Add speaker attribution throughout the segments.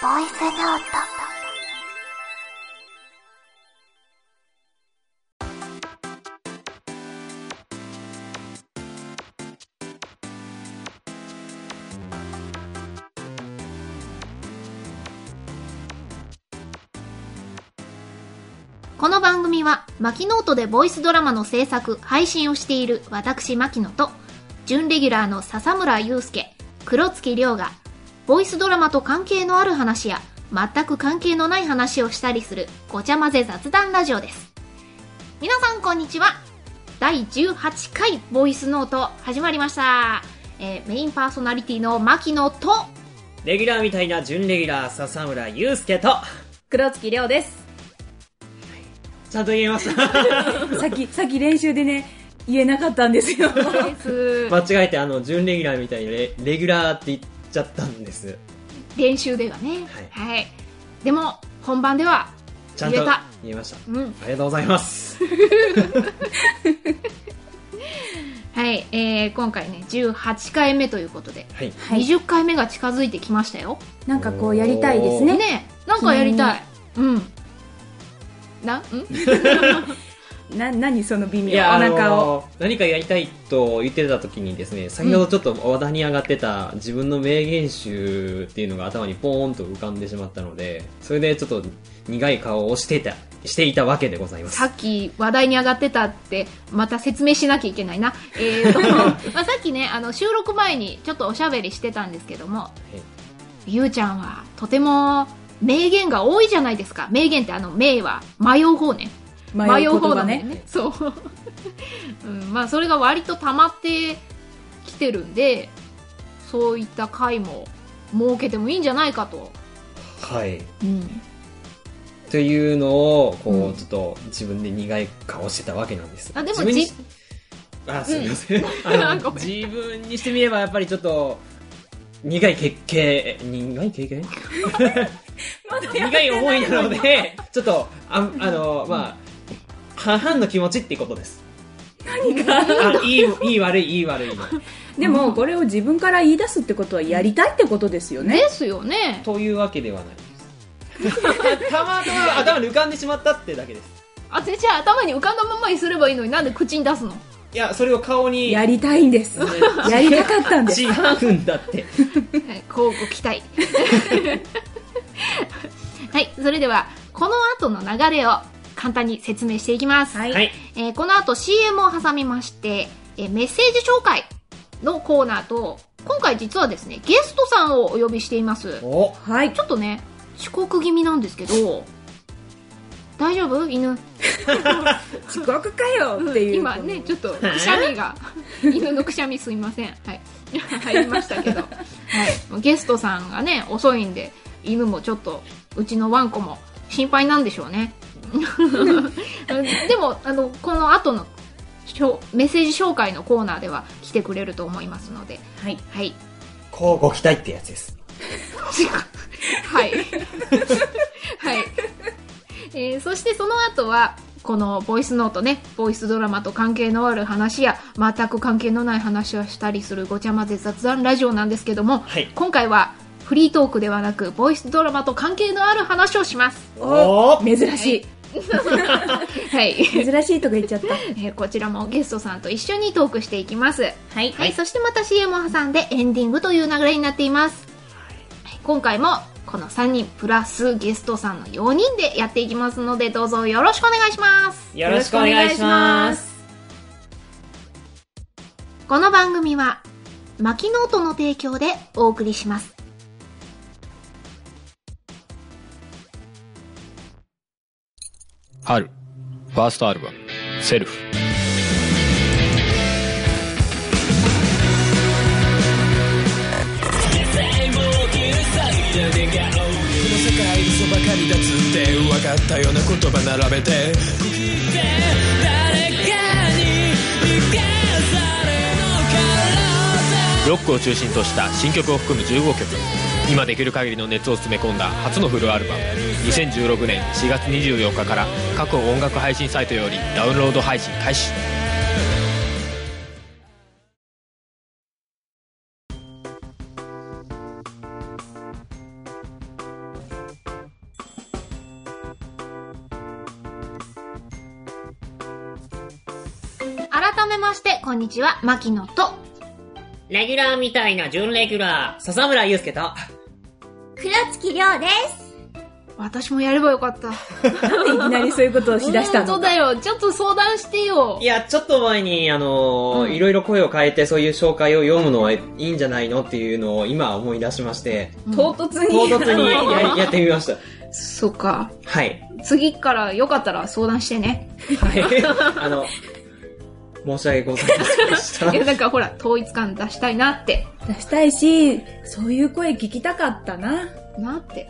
Speaker 1: ノー
Speaker 2: この番組は、マキノートでボイスドラマの制作、配信をしている私、マキノと、準レギュラーの笹村祐介、黒月亮が、ボイスドラマと関係のある話や、全く関係のない話をしたりする、ごちゃ混ぜ雑談ラジオです。皆さん、こんにちは。第18回ボイスノート、始まりました。えーメインパーソナリティのマキノと、
Speaker 3: レギュラーみたいな準レギュラー笹村祐介と
Speaker 4: 黒月亮です。
Speaker 3: ちゃんと言 えました
Speaker 4: さっき、さっき練習でね、言えなかったんですよ。
Speaker 2: です
Speaker 3: 間違えてあの準レギュラーみたいにレレギュラーって言っちゃったんです
Speaker 2: 練習ではね。
Speaker 3: は
Speaker 2: はい、でも、本番では、
Speaker 3: ちゃん
Speaker 2: 言
Speaker 3: と
Speaker 2: えた
Speaker 3: 言えましたあ
Speaker 2: うん、
Speaker 3: りがとうござ います
Speaker 2: はい、えー、今回ね18回目ということで、
Speaker 3: はい
Speaker 4: はい。
Speaker 2: 20回目が近づいてきましたよ
Speaker 4: なんかこうやりたいですね。
Speaker 2: ねなんかやりたいうんなんん
Speaker 4: な、何その微
Speaker 3: い
Speaker 4: 妙
Speaker 3: や
Speaker 4: な
Speaker 3: あの
Speaker 4: 中を。
Speaker 3: 何かやりたいと言ってた時にですね先ほどちょっと話題に上がってた自分の名言集っていうのが頭にポーンと浮かんでしまったのでそれでちょっと苦い顔をしていたしていたわけでございます
Speaker 2: さっき話題に上がってたってまた説明しなきゃいけないなえ ーと、まあ、さっきねあの収録前にちょっとおしゃべりしてたんですけどもゆうちゃんはとても名言が多いじゃないですか名言ってあの名は迷う方ね迷う方
Speaker 4: 言葉
Speaker 2: だねねそう、うん、 まあそれが割と溜まってきてるんでそういった回も設けてもいいんじゃないかと、
Speaker 3: はい
Speaker 2: うん、
Speaker 3: というのをこう、
Speaker 2: うん
Speaker 3: ちょっと自分で苦い顔してたわけなんです
Speaker 2: あでも
Speaker 3: 自分に
Speaker 2: じ
Speaker 3: あすみません、あの
Speaker 2: ごめん
Speaker 3: 自分にしてみればやっぱりちょっと苦い経験苦い 経験苦い思いなのでちょっとあんあのまあ半々の気持ちってこ とです何がいいいい悪いいい悪いの
Speaker 4: でも、これを自分から言い出すってことはやりたいってことですよね。
Speaker 2: ですよね
Speaker 3: というわけでは ないですたまたま頭に浮かんでしまったってだけです
Speaker 2: あじゃあ頭に浮かんだままにすればいいのになんで口に出す の
Speaker 3: いやそれを顔に
Speaker 4: やりたいんです。やりたかったんです。
Speaker 3: 違うんだって
Speaker 2: はい乞うご期待 はいそれではこの後の流れを簡単に説明していきます、
Speaker 4: はい
Speaker 3: はい
Speaker 2: えーこの後 CM を挟みまして、えーメッセージ紹介のコーナーと今回実はですねゲストさんをお呼びしていますち
Speaker 3: お
Speaker 4: はい。
Speaker 2: ょっとね遅刻気味なんですけど大丈夫犬
Speaker 4: 遅刻かよっていう。
Speaker 2: 今ねちょっとくしゃみが 犬のくしゃみすいませんはい 入りましたけど、はい、ゲストさんがね遅いんで犬もちょっとうちのワンコも心配なんでしょうね でもあのこの後のしょメッセージ紹介のコーナーでは来てくれると思いますので
Speaker 4: はい。
Speaker 2: はい
Speaker 3: こうご期待ってやつです
Speaker 2: はい。はい。えーそしてその後は、このボイスノートね、ボイスドラマと関係のある話や、全く関係のない話をしたりするごちゃ混ぜ雑談ラジオなんですけども、
Speaker 3: はい
Speaker 2: 今回はフリートークではなく、ボイスドラマと関係のある話をします。
Speaker 3: おー
Speaker 4: 珍し
Speaker 2: はい。
Speaker 4: い。珍しいとこ言っちゃった。
Speaker 2: えーこちらもゲストさんと一緒にトークしていきます。
Speaker 4: はい
Speaker 2: はい、そしてまた CM を挟んでエンディングという流れになっています、はい今回もこの3人プラスゲストさんの4人でやっていきますのでどうぞよろしくお願いします
Speaker 3: よろしくお願いします
Speaker 2: この番組はマキノートの提供でお送りします
Speaker 5: 春ファーストアルバム「セルフ
Speaker 6: この世界嘘ばかりだっつって分かったような言葉並べて
Speaker 5: ロックを中心とした新曲を含む15曲今できる限りの熱を詰め込んだ初のフルアルバム2016年4月24日から各音楽配信サイトよりダウンロード配信開始
Speaker 2: めまして、こんにちは、牧野と、
Speaker 3: レギュラーみたいな準レギュラー、笹村祐介と、
Speaker 1: 黒月亮です。
Speaker 2: 私もやればよかった。
Speaker 4: いきなりそういうことをしだした
Speaker 2: 本
Speaker 4: の
Speaker 2: 当だよ、ちょっと相談してよ
Speaker 3: い。や、ちょっと前に、あのーいろいろ声を変えて、そういう紹介を読むのはいいんじゃないのっていうのを今思い出しまして、
Speaker 4: 唐突
Speaker 3: 唐
Speaker 4: に
Speaker 3: 突に ややってみました。
Speaker 2: そっか。
Speaker 3: はい。
Speaker 2: 次からよかったら相談して ね。
Speaker 3: はい。あの、申し訳ございませんで し
Speaker 2: いや、
Speaker 3: た。
Speaker 2: なんかほら、統一感出したいなって、
Speaker 4: 出したいしそういう声聞きたかったな
Speaker 2: なって、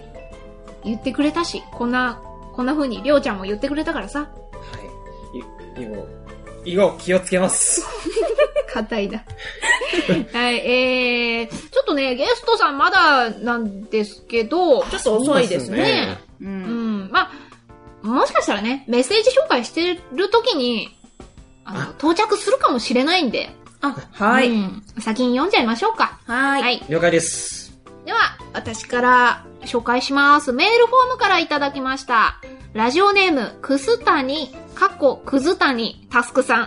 Speaker 2: 言ってくれたし、こんな、こんな風にりょうちゃんも言ってくれたからさ、
Speaker 3: はい。い以後、以後気をつけます。
Speaker 2: 硬 いな。はい、えー、ちょっとね、ゲストさんまだなんですけど、
Speaker 4: ちょっと遅いですねう
Speaker 2: うんん、まあ、もしかしたらね、メッセージ紹介してる時に、あの、到着するかもしれないんで、
Speaker 4: あはい、
Speaker 2: うん先に読んじゃいましょうか。
Speaker 4: はい
Speaker 2: はい。
Speaker 3: 了解です。
Speaker 2: では、私から紹介します。メールフォームからいただきました。ラジオネーム、くすたに、かっこ、くずたに、たすくさん。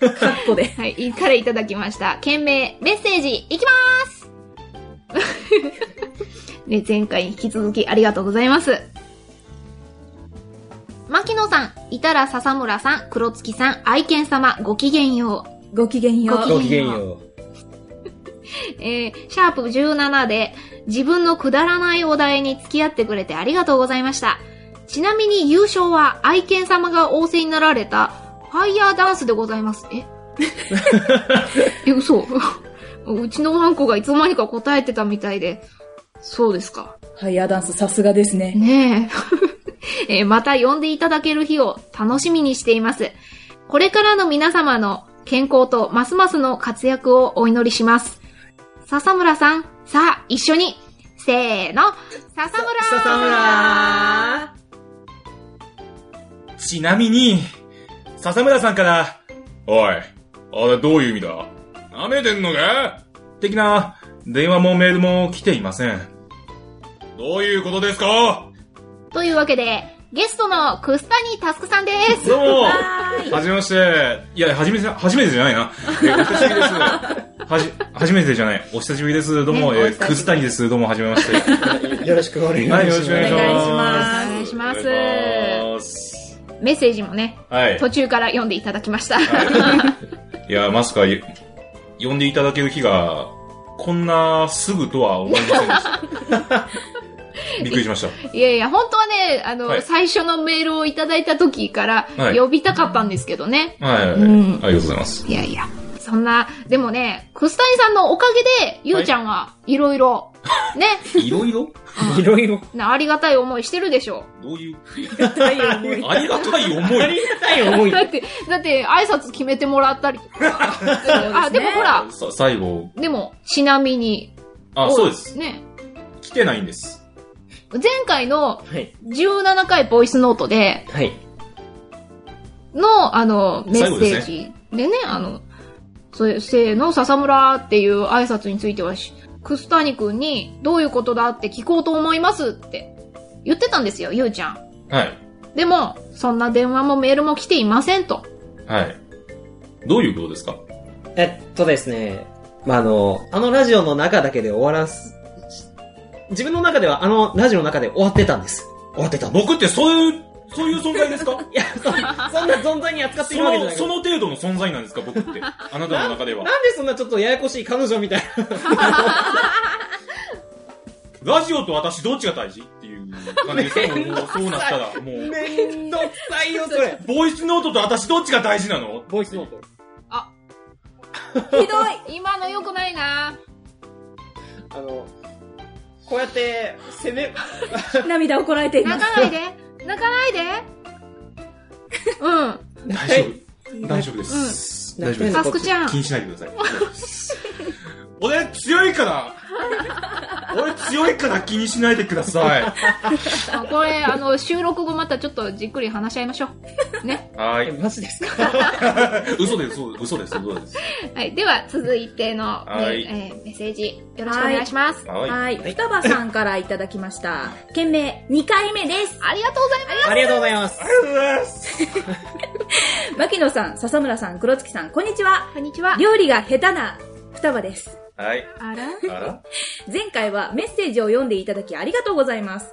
Speaker 4: カッコで
Speaker 2: はい、からいただきました。件名、メッセージ、いきます ね、前回に引き続きありがとうございます。牧野さん、いたら笹村さん、黒月さん、愛犬様、ごきげんよう。
Speaker 4: ごきげんよ
Speaker 2: ご
Speaker 4: う
Speaker 3: ごきげんよう。
Speaker 2: えー、シャープ17で自分のくだらないお題に付き合ってくれてありがとうございました。ちなみに優勝は愛犬様が仰せになられたファイヤーダンスでございます。え え、嘘うちのワンコがいつの間にか答えてたみたいで。そうですか。
Speaker 4: ハイヤーダンスさすがですね
Speaker 2: ねえ。 えーまた呼んでいただける日を楽しみにしています。これからの皆様の健康とますますの活躍をお祈りします。笹村さん、さあ、一緒に、せーの、笹村
Speaker 3: 笹村
Speaker 7: ちなみに、笹村さんから、おい、あれどういう意味だ舐めてんのか的な電話もメールも来ていません。どういうことですか
Speaker 2: というわけで、ゲストのクスタニタスクさんです。
Speaker 7: どうも
Speaker 4: は
Speaker 7: はじめまして。いや、はじめ、初めてじゃないな。えーお久しぶりです。はじ、初めてじゃない。お久しぶりです。どうも、
Speaker 4: ね
Speaker 7: え
Speaker 4: お
Speaker 7: ー、
Speaker 4: 久しぶり
Speaker 7: くずたにです。どうも、はじめまして。
Speaker 3: よろしくお願いし
Speaker 7: はい、よろしくお願いします。
Speaker 2: お願いします
Speaker 7: お願いします。
Speaker 2: メッセージもね、
Speaker 7: はい。
Speaker 2: 途中から読んでいただきました。
Speaker 7: いや、まさか、よ呼んでいただける日が、こんなすぐとは思いませんで した。びっくりしました。
Speaker 2: いやいや、本当はね、あの、
Speaker 7: はい
Speaker 2: 最初のメールをいただいた時から
Speaker 7: はい
Speaker 2: 呼びたかったんですけどね。
Speaker 7: はい、はい
Speaker 2: うん
Speaker 7: ありがとうございます。
Speaker 2: いやいや、そんな、でもね、くすたにさんのおかげで、ゆうちゃんはいろい ろ、ね、
Speaker 7: いろいろ
Speaker 3: いろいろ。
Speaker 2: なありがたい思いしてるでしょ。
Speaker 7: どういう、
Speaker 4: い
Speaker 7: ありがたい思
Speaker 3: あ
Speaker 7: い。
Speaker 3: りがたい思い。
Speaker 2: だって、だって挨拶決めてもら ったりとか。あ、でもほら、
Speaker 7: さ最後、
Speaker 2: でも、ちなみに。
Speaker 7: あ、そうです。
Speaker 2: ね。
Speaker 7: 来てないんです。
Speaker 2: 前回の
Speaker 3: はい。
Speaker 2: 17回ボイスノートで
Speaker 3: はい。
Speaker 2: の、あの、メッセー
Speaker 7: 最
Speaker 2: ジでね、あの、それせーの、笹村っていう挨拶についてはし、くすたにくんに、どういうことだって聞こうと思いますって言ってたんですよ、ゆうちゃん。
Speaker 7: はい。
Speaker 2: でも、そんな電話もメールも来ていませんと。
Speaker 7: はい。どういうことですか
Speaker 3: えっとですね、まあ、あの、あのラジオの中だけで終わらす、自分の中ではあのラジオの中で終わってたんです。終わってたの
Speaker 7: 僕ってそういう、そういう存在ですか
Speaker 3: いや、そん そんな存在に扱ってい
Speaker 7: そ
Speaker 3: るわけじゃ
Speaker 7: の、
Speaker 3: ない
Speaker 7: その程度の存在なんですか僕って。あなたの中 では。
Speaker 3: なんでそんなちょっとややこしい彼女みたいな。
Speaker 7: ラジオと私どっちが大事っていう感 じですかもうそうなったら、もう。
Speaker 3: めんどくさいよ、それ。
Speaker 7: ボイスノートと私どっちが大事なの
Speaker 3: ボイスノート。
Speaker 4: ひどい
Speaker 2: 今の良くないな
Speaker 3: あの、 こうやって、攻め、
Speaker 4: 涙をこらえていま
Speaker 2: 泣
Speaker 4: す
Speaker 2: かないで泣かないでうん。
Speaker 7: 大
Speaker 3: 丈
Speaker 7: 夫。大丈夫です。大丈夫で
Speaker 2: タ
Speaker 7: す。
Speaker 2: スクちゃん
Speaker 7: 気。にしないでください。俺強いから俺強いから気にしないでください。
Speaker 2: あこれ、あの、収録後またちょっとじっくり話し合いましょう。ね。
Speaker 7: は
Speaker 3: え
Speaker 7: い。
Speaker 3: マジですか
Speaker 7: 嘘です、嘘嘘です、嘘です。
Speaker 2: はい。では、続いての、ね
Speaker 7: はい
Speaker 2: えーメッセージ、よろしくお願いします。
Speaker 7: は
Speaker 4: はい、
Speaker 3: はい
Speaker 4: 双葉さんからいただきました。件名、2回目です。
Speaker 2: ありがとうございます。
Speaker 3: ありがとうございます。
Speaker 4: 牧野さん、笹村さん、黒月さん、こんにちは。
Speaker 2: こんにちは。
Speaker 4: 料理が下手な双葉です。
Speaker 7: はい。
Speaker 2: あら
Speaker 7: あら
Speaker 4: 前回はメッセージを読んでいただきありがとうございます。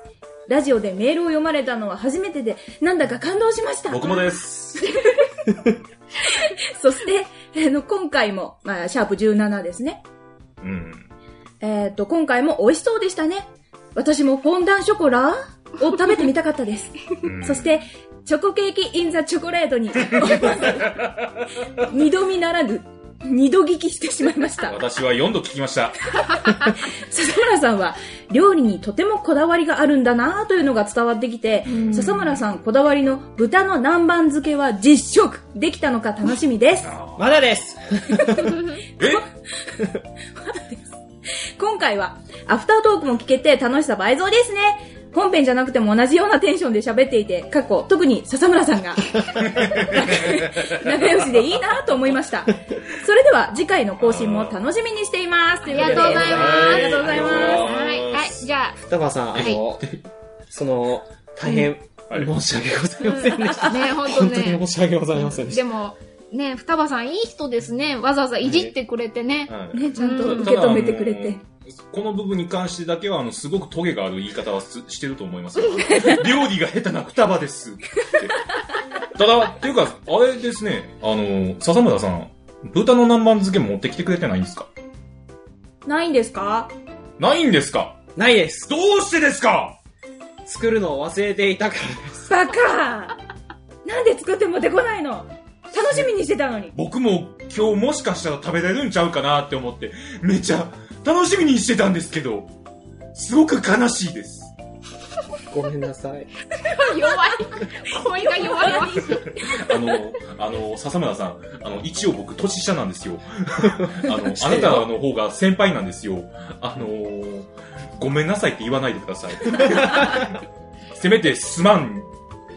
Speaker 4: ラジオでメールを読まれたのは初めてで、なんだか感動しました。
Speaker 7: 僕もです。
Speaker 4: そして、あの、今回も、まあ、シャープ17ですね。
Speaker 7: うん。
Speaker 4: えっ、と、今回も美味しそうでしたね。私もフォンダンショコラを食べてみたかったです。
Speaker 7: うん
Speaker 4: そし、て、チョコケーキインザチョコレートに、 二度見ならぬ、二度聞きしてしまいました。
Speaker 7: 私は4度聞きました。
Speaker 4: 笹村さんは料理にとてもこだわりがあるんだなというのが伝わってきて、笹村さんこだわりの豚の南蛮漬けは実食できたのか楽しみです。
Speaker 3: まだです
Speaker 7: え
Speaker 4: 今回はアフタートークも聞けて楽しさ倍増ですね。本編じゃなくても同じようなテンションで喋っていて、過去、特に笹村さんが仲良しでいいなと思いました。それでは次回の更新も楽しみにしています。あ
Speaker 2: ありがとうございます。
Speaker 4: ありがとうございます。
Speaker 2: はい。はい。じゃあ、
Speaker 3: 双葉さん、あの、その、大変、申し訳ございませんでした。
Speaker 2: ね、本当
Speaker 3: 本当
Speaker 2: ね
Speaker 3: に申。し訳ございませんでし
Speaker 2: でも、ね、双葉さんいい人ですね。わざわざいじってくれてね。
Speaker 7: はい
Speaker 4: ね、ちゃんと
Speaker 2: うん
Speaker 4: 受け止めてくれて。。
Speaker 7: ただあのこの部分に関してだけは、あの、すごくトゲがある言い方はすしてると思いますよ。 料理が下手な双葉ですって。ただ、っていうか、あれですね、あの、笹村さん、豚の南蛮漬け持ってきてくれてないんですか
Speaker 4: ないんですか
Speaker 7: ないんですか
Speaker 3: た。ないです。
Speaker 7: どうしてですか
Speaker 3: 作るのを忘れていたからです。
Speaker 4: バカなんで作って持ってこないの楽しみにしてたのに。
Speaker 7: 僕も今日もしかしたら食べれるんちゃうかなって思って、めちゃ楽しみにしてたんですけど、すごく悲しいです。
Speaker 3: ごめんなさい。
Speaker 2: 弱い。声が弱い。
Speaker 7: あの、あの、笹村さん、あの、一応僕、年下なん ですよ。あの、あなたの方が先輩なんですよ。あのー、ごめんなさいって言わないでく ださい。せめて、すまん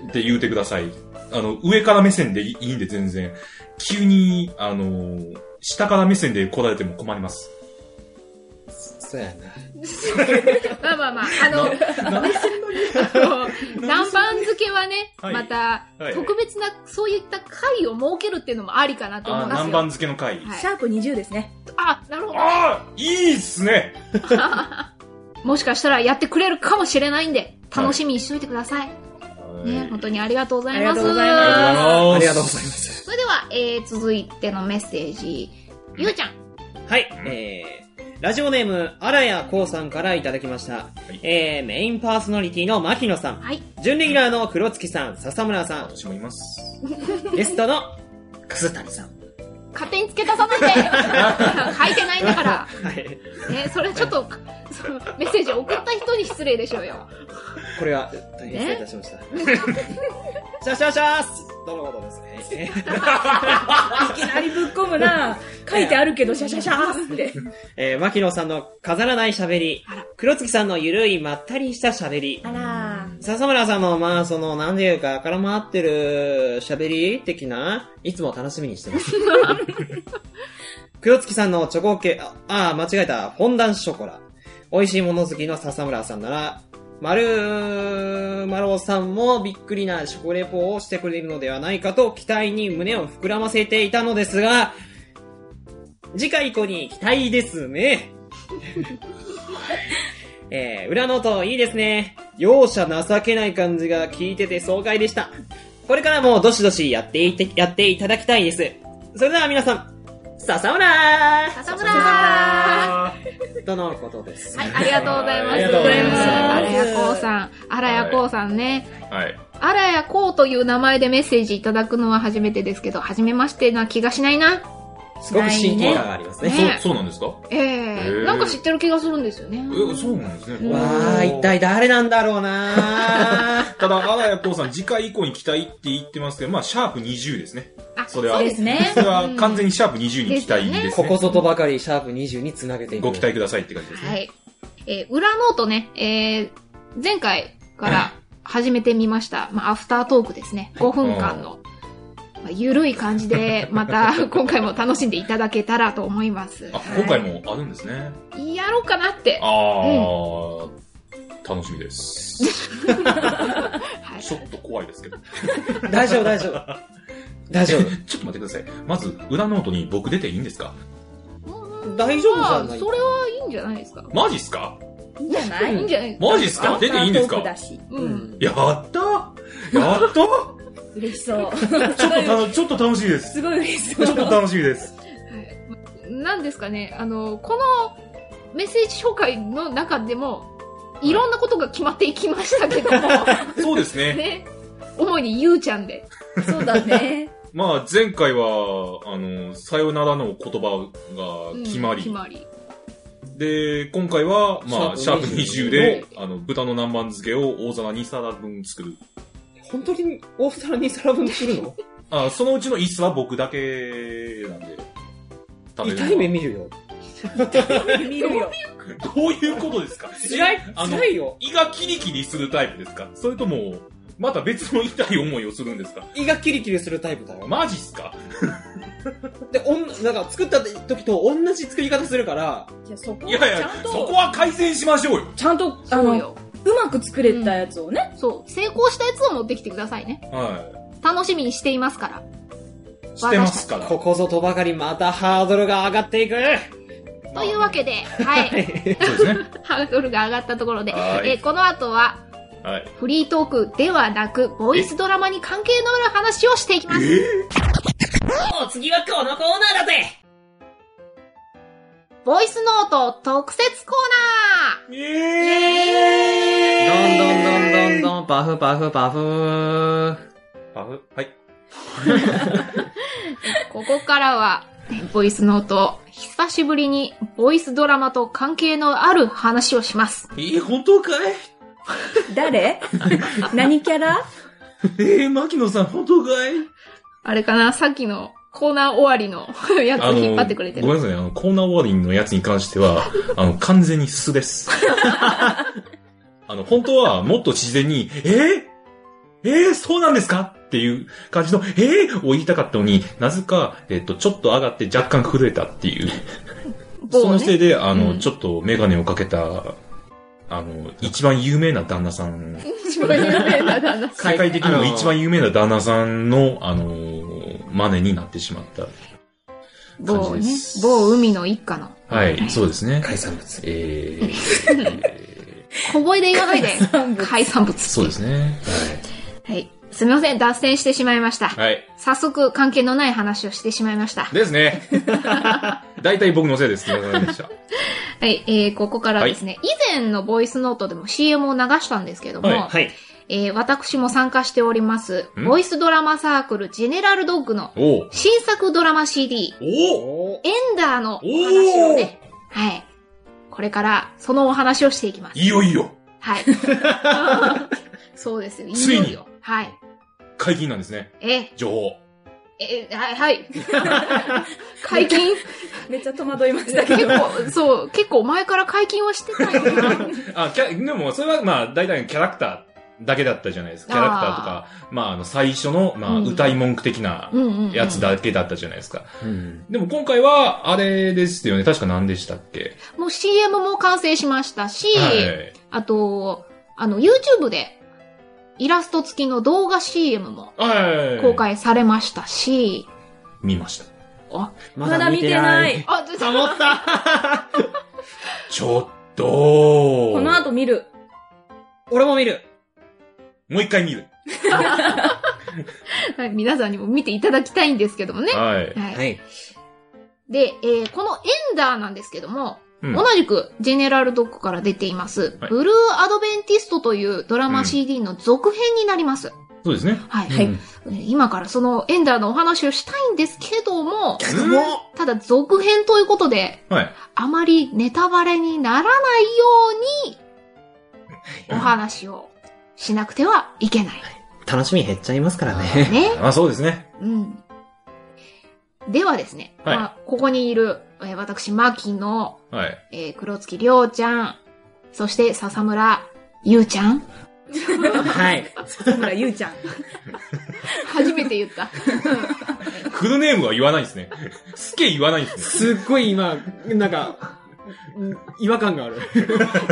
Speaker 7: って言うてください。あの、上から目線でいいいんで全然。急に、あのー、下から目線で来られても困ります。
Speaker 3: そうや
Speaker 2: ま
Speaker 3: な。
Speaker 2: あまあまあ、あの、
Speaker 7: ななんでそんなに
Speaker 2: あの 南蛮漬けはね、
Speaker 7: はい
Speaker 2: また、
Speaker 7: はい
Speaker 2: 特別な、そういった会を設けるっていうのもありかなと思い
Speaker 7: あー、
Speaker 2: ますよ。
Speaker 7: 南蛮漬けの回。
Speaker 2: はい
Speaker 4: シャープ20ですね。
Speaker 2: あ、なるほ
Speaker 7: ああいいっすね
Speaker 2: ど。もしかしたらやってくれるかもしれないんで、楽しみにしといてください。ね、本当にありがとうございます。
Speaker 4: ありがとうございます
Speaker 3: あ
Speaker 7: あ
Speaker 3: りがとうご
Speaker 7: い
Speaker 3: ざいます。
Speaker 2: それでは、えー、続いてのメッセージ。ゆうちゃん。
Speaker 3: はい、えー、ラジオネーム、あらやこうさんからいただきました。
Speaker 7: い
Speaker 3: えー、メインパーソナリティの牧野さん、
Speaker 2: はい。
Speaker 3: 準レギュラーの黒月さん、笹村さん、
Speaker 7: ます。私もいます。
Speaker 3: ゲストの楠谷さん。
Speaker 2: 勝手に付け足さないで 書いてないんだから。
Speaker 3: はい。
Speaker 2: ね、それちょっと、そのメッセージ送った人に失礼でしょうよ。
Speaker 3: これは、大変失礼いたしました。シャシャシャースどのことですね。
Speaker 4: いきなりぶっ込むな書いてあるけど、シャシャシャーって。
Speaker 3: えー、牧野さんの飾らない喋り、黒月さんのゆるいまったりした喋り、
Speaker 4: あらー
Speaker 3: 笹村さんの、まあ、その、なんていうか、から回ってる喋り的な、いつも楽しみにしてます。黒月さんのチョコケ、あ、あー間違えた、フォンダンショコラ。美味しいもの好きの笹村さんなら、丸、丸尾さんもびっくりなショコレポをしてくれるのではないかと期待に胸を膨らませていたのですが、次回以降に期待ですね。えー、裏の音いいですね。容赦情けない感じが聞いてて爽快でした。これからもどしどしやっていて、やっていただきたいです。それでは皆さん、笹村
Speaker 2: 笹村は
Speaker 3: とのことです。
Speaker 2: い、ありがとうございます。
Speaker 7: ありがとうございます
Speaker 2: あらやこうさん。あらやこうさんね。
Speaker 7: はい。
Speaker 2: あらやこうという名前でメッセージいただくのは初めてですけど、初めましてな気がしないな。
Speaker 3: すごく親近感がありますね。
Speaker 2: ね
Speaker 7: そう、そうなんですか
Speaker 2: ええ
Speaker 7: へえ
Speaker 2: なんか知ってる気がするんですよね。
Speaker 7: え、そうなんですね。
Speaker 3: わあ、一体誰なんだろうな
Speaker 7: ただ、荒谷こうさん、次回以降に期待って言ってますけど、まあ、シャープ20ですね。
Speaker 2: あ、
Speaker 7: それは
Speaker 2: うですね。
Speaker 7: それは完全にシャープ20に期待ですね。
Speaker 3: ここぞとばかりシャープ20につなげていく。
Speaker 7: ご期待くださいって感じですね。
Speaker 2: はい。えー裏ノートね、えー前回から始めてみました。まあ、アフタートークですね。5分間の。まあ、ゆるい感じで、ま た今回も楽しんでいただけたらと思います。
Speaker 7: あ、今回もあるんですね。
Speaker 2: やろうかなって。
Speaker 7: あー、楽しみです。
Speaker 2: はい
Speaker 7: ちょっと怖いですけど。
Speaker 3: 大丈夫、大丈夫。大丈夫。
Speaker 7: ちょっと待ってください。まず、裏ノートに僕出ていいんですか
Speaker 3: 大丈夫じゃ
Speaker 2: ま
Speaker 3: な
Speaker 2: あ
Speaker 3: い
Speaker 2: それはいいんじゃないですか。
Speaker 7: マジっすか
Speaker 4: いいんじゃないい
Speaker 2: いんじゃないですか。
Speaker 7: マジっすか出ていいんですか
Speaker 4: アフタートークだし
Speaker 2: う。
Speaker 3: うんん。
Speaker 7: やったや ったちょ
Speaker 4: 嬉しそう。
Speaker 7: っと楽、ちょっと楽しいです。
Speaker 4: すごい嬉し
Speaker 7: ちょ
Speaker 4: そ
Speaker 7: っと
Speaker 4: う。
Speaker 7: 楽しみです。
Speaker 2: なんですかね、あの、このメッセージ紹介の中でも、いろんなことが決まっていきましたけど も、
Speaker 7: そうですね。
Speaker 2: ね、主にゆうちゃんで。
Speaker 4: そうだね。
Speaker 7: まあ、前回は、あの、さよならの言葉が決まり。
Speaker 2: 決まり。
Speaker 7: で、今回は、まあ、シ
Speaker 3: シ
Speaker 7: ャ
Speaker 3: ャ
Speaker 7: ー
Speaker 3: ー
Speaker 7: プ
Speaker 3: プ
Speaker 7: 20
Speaker 3: 20
Speaker 7: で、あの、豚の南蛮漬けを大皿2皿分作る。
Speaker 3: 本当に大皿2皿分するの
Speaker 7: あ、そのうちの1皿僕だけなんで、食べるのは
Speaker 3: 痛い目見るよ。
Speaker 4: 見るよ。
Speaker 7: どういうことですか
Speaker 3: 辛
Speaker 7: え
Speaker 3: い、
Speaker 7: あの
Speaker 3: 辛いよ。
Speaker 7: 胃がキリキリするタイプですかそれとも、また別の痛い思いをするんですか
Speaker 3: 胃がキリキリするタイプだよ。
Speaker 7: マジっすか
Speaker 3: で、おん、なんか作った時と同じ作り方するから、
Speaker 4: じゃあそこ
Speaker 7: い
Speaker 4: は
Speaker 7: やい
Speaker 4: ち
Speaker 7: や
Speaker 4: ゃん、
Speaker 7: そ
Speaker 4: と、
Speaker 7: こは改善しましょうよ。
Speaker 4: ちゃんと、あ
Speaker 2: そう
Speaker 4: の、
Speaker 2: よ。
Speaker 4: うまく作れたやつをね。
Speaker 2: そう。成功したやつを持ってきてくださいね。
Speaker 7: は
Speaker 2: 楽しみにしていますから。
Speaker 7: い。してま すから。
Speaker 3: ここぞとばかりまたハードルが上がっていく
Speaker 2: というわけ で、はい。
Speaker 7: そうですね。
Speaker 2: ハードルが上がったところで、
Speaker 7: はい
Speaker 2: えーこの後は、
Speaker 7: はい。
Speaker 2: フリートークではなく、ボイスドラマに関係のある話をしていきます。
Speaker 8: お次はこのコーナーだぜ
Speaker 2: ボイスノート特設コーナー
Speaker 3: どんどんどんどんどん、パフパフパフ
Speaker 7: あふはい。
Speaker 2: ここからは、ボイスノート、久しぶりにボイスドラマと関係のある話をします。
Speaker 7: え、本当かい
Speaker 4: 誰何キャラ
Speaker 7: えー、牧野さん、本当かい
Speaker 2: あれかなさっきのコーナー終わりの やつ引っ張ってくれて
Speaker 7: ごめん
Speaker 2: る。
Speaker 7: なさいね、あの、コーナー終わりのやつに関し ては、あの、完全に素です。 あの、本当はもっと自然に、えー、えー、そうなんですかっていう感じの、えー、を言いたかったのに、なぜか、えっ、と、ちょっと上がって若干震えたっていう。
Speaker 2: 某ね
Speaker 7: そのせいで、あの、
Speaker 2: うん
Speaker 7: ちょっとメガネをかけた、あの、一番有名な旦那さん、
Speaker 2: 一番有名 な旦那さ
Speaker 7: 世界的にも
Speaker 3: あの
Speaker 7: 一番有名な旦那さんの、あの、真似になってしまった。
Speaker 2: ん某
Speaker 7: 感
Speaker 2: ね
Speaker 7: じです。
Speaker 2: 某海の一家の。
Speaker 7: はい、そうですね。
Speaker 3: 海産物。
Speaker 7: えーえー
Speaker 2: 小声で言わないで。 海産物。
Speaker 7: そうですね。
Speaker 2: はい。すみません、脱線してしまいました。
Speaker 7: はい。
Speaker 2: 早速、関係のない話をしてしまいました。
Speaker 7: です ね。大体僕のせいです。すみませんでした。
Speaker 2: はい、えー、ここからですね、以前のボイスノートでも CM を流したんですけども、
Speaker 7: はい
Speaker 3: はい。
Speaker 2: えー、私も参加しております、
Speaker 7: ん
Speaker 2: ボイスドラマサークルジェネラルドッグの
Speaker 7: おう
Speaker 2: 新作ドラマ CD、
Speaker 7: お
Speaker 3: お
Speaker 7: お
Speaker 2: エンダーのお話をね、はい。これから、そのお話をしていきます。
Speaker 7: いよいよ、
Speaker 2: はい。 そうですよ。
Speaker 7: ついに
Speaker 2: よ。はい。
Speaker 7: 解禁なんですね。
Speaker 2: え、
Speaker 7: 情報。
Speaker 2: え、はい、はい。 解禁
Speaker 4: めっちゃ戸惑いましたけ
Speaker 2: 結
Speaker 4: ど。
Speaker 2: 構、そう、結構前から解禁はしてたよな。
Speaker 7: あ、キャでも、それはまあ、大体のキャラクターだけだったじゃないですか。キャラクターとか、まあ、あの、最初の、まあ、
Speaker 2: うん
Speaker 7: 歌い文句的な
Speaker 2: うんうんうん
Speaker 7: やつだけだったじゃないですか。
Speaker 3: うん。
Speaker 7: でも今回は、あれですよね。確か何でしたっけ
Speaker 2: もう CM も完成しましたし、
Speaker 7: はい。
Speaker 2: あと、あの、YouTube で、イラスト付きの動画 CM も
Speaker 7: はい。
Speaker 2: 公。開されましたし、
Speaker 7: 見ました。
Speaker 4: まだ見てない。。
Speaker 2: あ、ちょっ
Speaker 3: サ
Speaker 2: と、
Speaker 3: ボった
Speaker 7: ちょっとー
Speaker 4: この後見る。
Speaker 3: 俺も見る。
Speaker 7: もう一回見る。
Speaker 2: はい皆さんにも見ていただきたいんですけどもね。
Speaker 7: はい。
Speaker 2: はい。
Speaker 3: い。
Speaker 2: で、えーこのエンダーなんですけども、
Speaker 7: うん
Speaker 2: 同じくジェネラルドッグから出ています、
Speaker 7: はい
Speaker 2: ブルーアドベンティストというドラ
Speaker 7: う
Speaker 2: マ
Speaker 7: ん
Speaker 2: CD の続編になります。
Speaker 7: そうですね。
Speaker 2: はい。
Speaker 4: はい
Speaker 7: うん
Speaker 2: 今からそのエンダーのお話をしたいんですけども、
Speaker 7: うん
Speaker 2: ただ続編ということで、
Speaker 7: はい。
Speaker 2: あまりネタバレにならないように、お話をしなくてはいけない。
Speaker 3: 楽しみ減っちゃいますからね。
Speaker 2: ね。
Speaker 7: まあそうですね。
Speaker 2: うん。ではですね、
Speaker 7: はい
Speaker 2: まあ、ここにいる、えー私、牧野、
Speaker 7: はい。
Speaker 2: えー黒月亮ちゃん、そして笹村ゆうちゃ ん。
Speaker 3: はい。
Speaker 4: 田村ゆうちゃん。
Speaker 2: 初めて言った。
Speaker 7: フルネームは言わないですね。すけ言わないですね。
Speaker 3: すっごい今、なんか、違和感がある。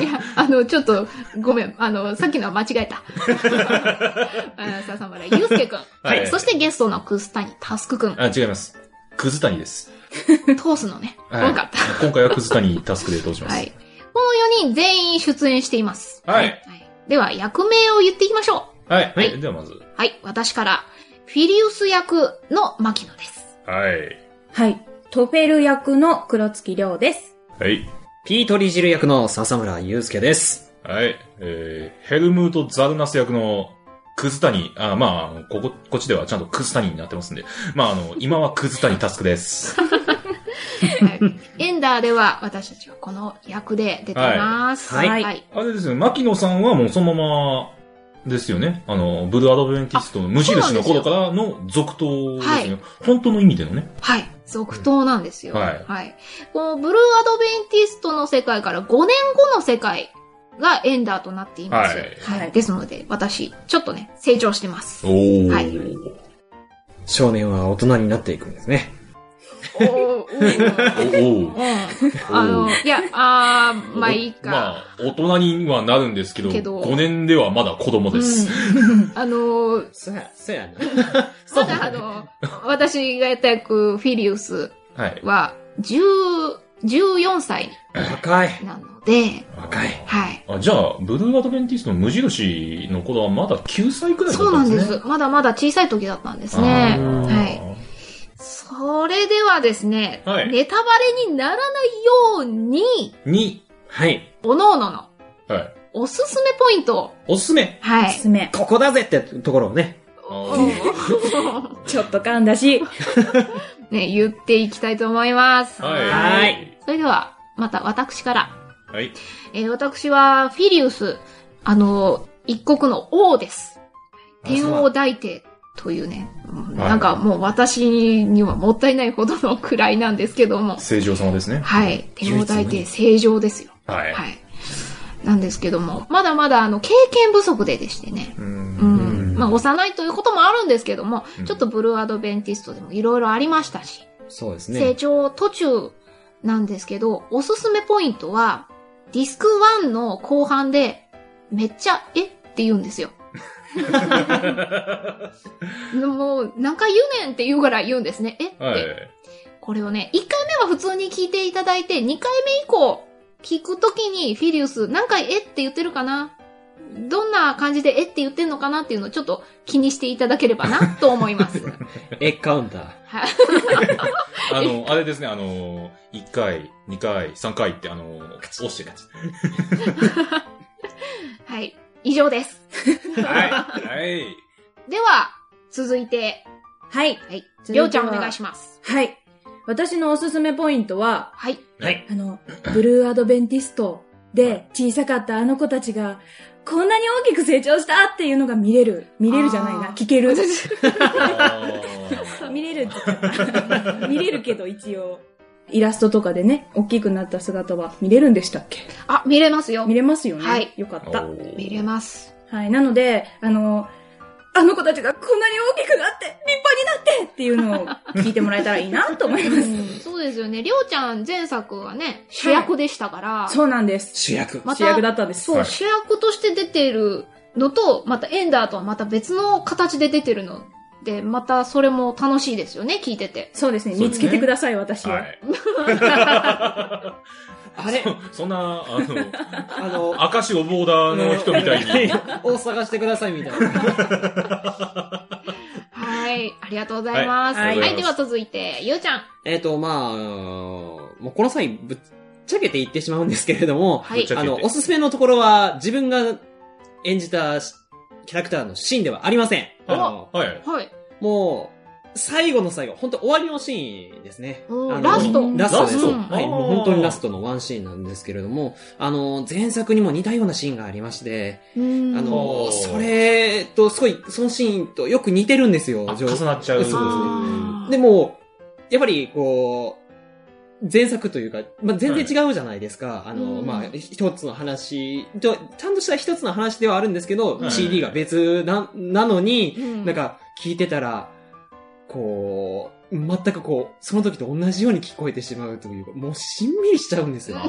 Speaker 2: いや、あの、ちょっと、ごめん。あの、さっきのは間違え た。あ笹村祐介くん。
Speaker 7: はい
Speaker 2: そしてゲストのクスタニタスクくん。
Speaker 7: あ、違います。くずたにです。
Speaker 2: 通すのね。
Speaker 7: はい
Speaker 2: 多かった。
Speaker 7: 今回はくずたにタスクでどうします。
Speaker 2: はい。この4人全員出演しています。
Speaker 7: はい。
Speaker 2: では、役名を言っていきましょ
Speaker 7: はい。
Speaker 2: は
Speaker 7: はいい。ではまず。
Speaker 2: う。はい。私から、フィリウス役の牧野です。
Speaker 7: はい。
Speaker 4: はい。トペル役の黒月亮です。
Speaker 7: はい。
Speaker 3: ピートリジル役の笹村祐介です。
Speaker 7: はい。えー、ヘルムート・ザルナス役のくずたに、あ、まああの、ここ、こっちではちゃんとくずたにになってますんで。まあ、あの、今はくずたにタスクです。
Speaker 2: はい。エンダーでは、私たちはこの役で出てます。
Speaker 3: はい
Speaker 4: はい
Speaker 2: はい。
Speaker 7: あれですね、牧野さんはもうそのまま、ですよね。あの、ブルーアドベンティストの無印の頃からの続投です
Speaker 2: は
Speaker 7: よね。
Speaker 2: い
Speaker 7: 本当の意味でのね。
Speaker 2: はい。続投なんですよ。
Speaker 7: うんはい
Speaker 2: このブルーアドベンティストの世界から5年後の世界がエンダーとなっています。
Speaker 7: はい
Speaker 4: はい
Speaker 2: ですので、私、ちょっとね、成長してます。
Speaker 7: おー。
Speaker 2: はい
Speaker 3: 少年は大人になっていくんですね。
Speaker 2: おーおー
Speaker 7: お
Speaker 2: うんあの、いや、あー、まあいいか。
Speaker 7: まあ、大人にはなるんですけど、
Speaker 2: けど
Speaker 7: 5年ではまだ子供です。
Speaker 2: うん、あのー、
Speaker 3: そや、そやな。
Speaker 2: まだあの、私がやった役、フィリウス
Speaker 7: はい。
Speaker 2: は、10 14歳
Speaker 3: 若い。
Speaker 2: なので、
Speaker 3: 若い。
Speaker 2: はい。
Speaker 7: あじゃあ、ブルーアドベンティストの無印の頃はまだ9歳くらいだ
Speaker 2: そう
Speaker 7: った
Speaker 2: なんん
Speaker 7: で
Speaker 2: です
Speaker 7: ね。
Speaker 2: す。まだまだ小さい時だったんですね。
Speaker 7: あー
Speaker 2: はい。それではですね、
Speaker 7: はい
Speaker 2: ネタバレにならないように、
Speaker 7: に、
Speaker 3: はい。
Speaker 2: おのおのの
Speaker 7: はい。
Speaker 2: おすすめポイントを、
Speaker 3: おすすめ。
Speaker 2: は
Speaker 4: お
Speaker 2: い
Speaker 4: す。すめ。
Speaker 3: ここだぜってところをね。
Speaker 4: ちょっと噛んだし。
Speaker 2: ね、言っていきたいと思います。
Speaker 7: はい。
Speaker 3: はい。
Speaker 2: それでは、また私から。
Speaker 7: はい。
Speaker 2: えー私は、フィリウス、あの、一国の王です。天王大帝というね、うん
Speaker 7: はい
Speaker 2: なんかもう私にはもったいないほどの位なんですけども、
Speaker 7: 正常様ですね。
Speaker 2: はい、天王大帝正常ですよ。
Speaker 7: はい。
Speaker 2: はい。なんですけども、まだまだあの、経験不足ででしてね。
Speaker 7: う。
Speaker 2: うん ん。まあ、幼いということもあるんですけども、
Speaker 7: うん
Speaker 2: ちょっとブルーアドベンティストでもいろいろありましたし、
Speaker 3: そうです
Speaker 2: 成
Speaker 3: ね。
Speaker 2: 長途中なんですけど、おすすめポイントは、ディスク1の後半で、めっちゃ、えって言うんですよ。もう、何回言うねんって言うからい言うんですね。えって。
Speaker 7: はい。
Speaker 2: これをね、1回目は普通に聞いていただいて、2回目以降、聞くときにフィリウス、何回えって言ってるかなどんな感じでえって言ってんのかなっていうのをちょっと気にしていただければ なと思います。
Speaker 3: え、カウンター。
Speaker 2: はい。
Speaker 7: あの、あれですね、あの、1回、2回、3回って、あの、押してるやつ。
Speaker 2: はい。以上です。
Speaker 7: はい。はい。
Speaker 2: では、続いて、
Speaker 4: はい。
Speaker 2: はい。
Speaker 4: 続いて
Speaker 2: りょ
Speaker 4: は
Speaker 2: うちゃんお願いします。
Speaker 4: はい。私のおすすめポイントは、
Speaker 2: はい。
Speaker 4: あの、ブルーアドベンティストで小さかったあの子たちが、こんなに大きく成長したっていうのが見れる。見れるじゃないな。
Speaker 2: あー
Speaker 4: 聞ける。
Speaker 7: あー
Speaker 4: 見れるって言った 見れるけど一応。イラストとかでね、大きくなった姿は見れるんでしたっけ
Speaker 2: あ、見れますよ。
Speaker 4: 見れますよね。
Speaker 2: はい
Speaker 4: よかっ
Speaker 7: お
Speaker 4: た。
Speaker 7: ー
Speaker 2: 見れます。
Speaker 4: はい。なので、あの、あの子たちがこんなに大きくなって、立派になってっていうのを聞いてもらえたらいいなと思い ます。
Speaker 2: そうですよね。りょうちゃん前作はね、主役でしたから、
Speaker 4: そうなんです。
Speaker 3: 主役。
Speaker 2: ま
Speaker 4: 主
Speaker 2: た
Speaker 4: 役だったんです。
Speaker 2: そう、
Speaker 7: はい
Speaker 2: 主役として出てるのと、またエンダーとはまた別の形で出てるので、またそれも楽しいですよね、聞いてて。
Speaker 4: そうですね。
Speaker 7: そう
Speaker 4: 見
Speaker 7: で
Speaker 4: つ
Speaker 7: すね
Speaker 4: けてください、私を。
Speaker 7: はい。
Speaker 3: あれ
Speaker 7: そんな、あの、
Speaker 3: あの、
Speaker 7: 明石おボーダーの人みたいに。。
Speaker 3: を探してくださいみたいな。
Speaker 2: はい、ありがとうございます。は、
Speaker 4: はいい
Speaker 2: では続いて、ゆうちゃん。
Speaker 3: えっと、まあ、もうこの際、ぶっちゃけて言ってしまうんですけれども、
Speaker 2: は
Speaker 7: ぶ
Speaker 2: い
Speaker 7: っちゃけて
Speaker 3: あの、おすすめのところは、自分が演じたしキャラクターのシーンではありません。あの、
Speaker 7: はい。
Speaker 2: はい。
Speaker 3: もう、最後の最後、本当終わりのシーンですね。あ
Speaker 2: おー
Speaker 3: の
Speaker 2: ラスト
Speaker 3: ラストです。
Speaker 2: ラスト
Speaker 3: はい、
Speaker 7: あー
Speaker 3: もう本当にラストのワンシーンなんですけれども、あの、前作にも似たようなシーンがありまして、
Speaker 2: うーん
Speaker 3: あの、
Speaker 7: おー
Speaker 3: それと、すごい、そのシーンとよく似てるんですよ、
Speaker 7: あ
Speaker 3: 上
Speaker 7: 重なっちゃう。
Speaker 3: そうですね
Speaker 2: あー
Speaker 3: でも、やっぱり、こう、前作というか、まあ、全然違うじゃないですか。あの、
Speaker 2: うん
Speaker 3: まあ、一つの話と、ちゃんとした一つの話ではあるんですけど、
Speaker 7: はい
Speaker 3: CD が別な、なのに、
Speaker 2: うん
Speaker 3: なんか、聞いてたら、こう、全くこう、その時と同じように聞こえてしまうというか、もうしんみりしちゃうんですよ。も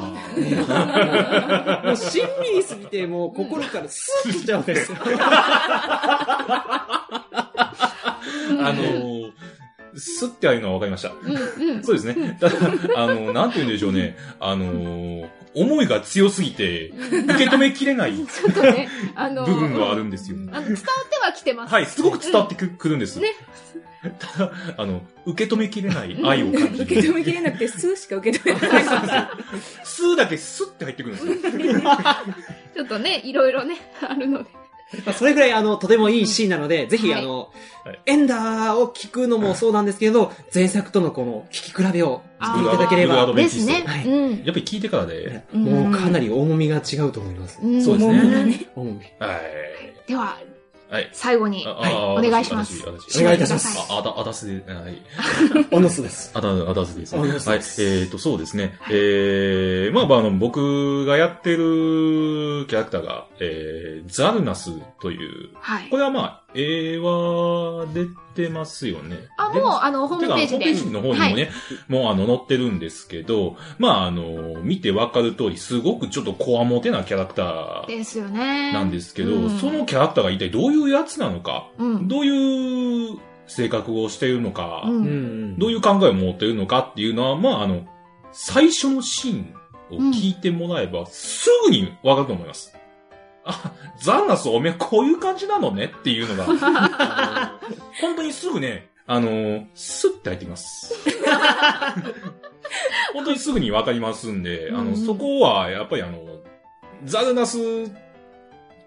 Speaker 3: うしんみりすぎて、もう心からスーッとしちゃうんですよ。
Speaker 7: あのー、すってああいうのはわかりました。
Speaker 2: うん うん。
Speaker 7: そうですね。ただ、あの、なんて言うんでしょうね。あのー、思いが強すぎて、受け止めきれない部
Speaker 2: ちょっと ね、あの、
Speaker 7: 分があるんですよ。
Speaker 2: あの伝わってはきてます。
Speaker 7: はい、すごく伝わってくくるんです。
Speaker 2: ね
Speaker 7: ただ、 あの、受け止めきれない愛を感 じ
Speaker 4: 受け止
Speaker 7: る。
Speaker 4: めきれなくて、スーしか受け止められな
Speaker 7: スーだけスって入ってくるんです よ。
Speaker 2: ちょっとね、いろいろね、 あるので。
Speaker 3: まあそれぐらい、あの、とてもいいシーンなので、ぜひ、
Speaker 2: はい
Speaker 3: あの
Speaker 7: はい、
Speaker 3: エンダーを聞くのもそうなんですけれど、前作とのこの、聞き比べをしていただけれ
Speaker 7: あー
Speaker 3: ば、
Speaker 7: ベ
Speaker 2: で
Speaker 7: ンチ
Speaker 2: す
Speaker 7: です
Speaker 2: ね。
Speaker 3: はい
Speaker 2: うん。
Speaker 7: やっぱり聞いてからで。
Speaker 2: ん
Speaker 3: もうかなり重みが違うと思います。
Speaker 2: ん
Speaker 7: そうですね
Speaker 2: もね
Speaker 3: 重み。
Speaker 7: はい。
Speaker 2: では、
Speaker 7: はい。
Speaker 2: 最後に、
Speaker 7: ああ
Speaker 2: お願いします
Speaker 7: 私私
Speaker 3: お願いいたします
Speaker 7: ああだ、あだすで、はい。
Speaker 3: おのすです。
Speaker 7: あだ、あだすです。
Speaker 3: あ
Speaker 7: はい。え
Speaker 3: だすです
Speaker 7: ーと、そうですね。
Speaker 2: はい
Speaker 7: えー、まあまあ、あの、僕がやってるキャラクターが、えー、ザルナスという、
Speaker 2: はい
Speaker 7: こ。れはまあ、映画出てますよね。
Speaker 2: あ、
Speaker 7: 出
Speaker 2: もう、
Speaker 7: ます
Speaker 2: あの、ホームページ
Speaker 7: てか
Speaker 2: で。
Speaker 7: ホームページの方にもね、もうあの、載ってるんですけど、まああの、見てわかる通り、すごくちょっとこわもてなキャラクター
Speaker 2: ですよね。
Speaker 7: なんですけど、
Speaker 2: うん
Speaker 7: そのキャラクターが一体どういうやつなのか、
Speaker 2: うん。
Speaker 7: どういう性格をしているのか、
Speaker 2: う。
Speaker 3: うんん。
Speaker 7: どういう考えを持っているのかっていうのは、まああの、最初のシーンを聞いてもらえば、すぐにわかると思います。あ、ザンナスおめえこういう感じなのねっていうの が、あの本当にすぐね、あの、スッて入ってき ます。本当にすぐにわかりますんで、あ
Speaker 2: うん
Speaker 7: の、そこはやっぱりあの、ザルナス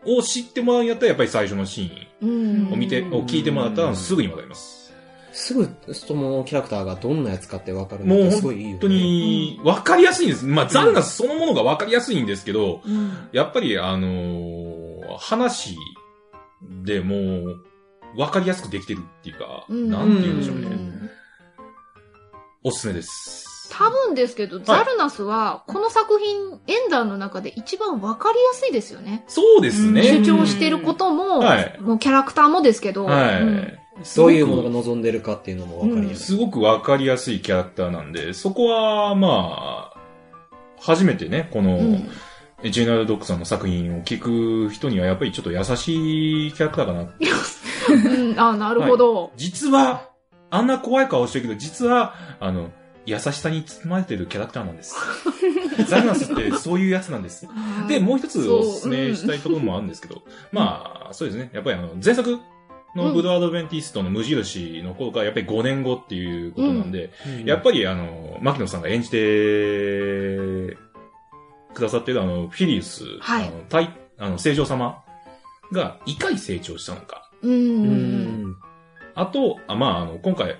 Speaker 7: を知ってもらうんやったらやっぱり最初のシ
Speaker 2: う
Speaker 7: ーンを
Speaker 2: ん。
Speaker 7: 見て、を聞いてもらったらすぐにわかります。
Speaker 3: すぐ、そのキャラクターがどんなやつかってわかるの
Speaker 7: も
Speaker 3: っ
Speaker 7: う
Speaker 3: てすごいいいよね。
Speaker 7: 本当に、わかりやすいんです。まあ、ザルナスそのものがわかりやすいんですけど、
Speaker 2: うん。
Speaker 7: やっぱり、あのー話でもう、わかりやすくできてるっていうか、
Speaker 2: うん
Speaker 7: なんて言うんでしょう
Speaker 3: う
Speaker 7: ね。
Speaker 3: ん
Speaker 7: おすすめです。
Speaker 2: 多分ですけど、ザルナスは、この作品、エンダーの中で一番わかりやすいですよね。
Speaker 7: そうです
Speaker 2: 主
Speaker 7: ね。
Speaker 2: 張してることも、
Speaker 7: はい
Speaker 2: もうキャラクターもですけど、
Speaker 7: は
Speaker 2: うん
Speaker 7: い。
Speaker 3: どういうものが望んでるかっていうのもわかりやすい。
Speaker 7: すごくわかりやすいキャラクターなんで、そこは、まあ、初めてね、この、
Speaker 2: うん
Speaker 7: ジェネラルドックさんの作品を聞く人には、やっぱりちょっと優しいキャラクターかなって
Speaker 2: うん、あなるほど。
Speaker 7: 実は、あんな怖い顔してるけど、実は、あの、優しさに包まれてるキャラクターなん です。ザルナスってそういうやつなんです。
Speaker 2: はい
Speaker 7: で、もう一つ
Speaker 2: そう
Speaker 7: おすすめしたいところもあるんですけど、まあ、そうですね。やっぱりあの、前作のブドアドベンティストの無印の頃からやっぱり5年後っていうことなんで、やっぱりあの、牧野さんが演じてくださってるあの、フィリウス、
Speaker 2: はい
Speaker 7: あの、大あの、聖女様がいかに成長したのか、
Speaker 2: う。
Speaker 3: うんん。
Speaker 7: あと、あまあ、あの、今回、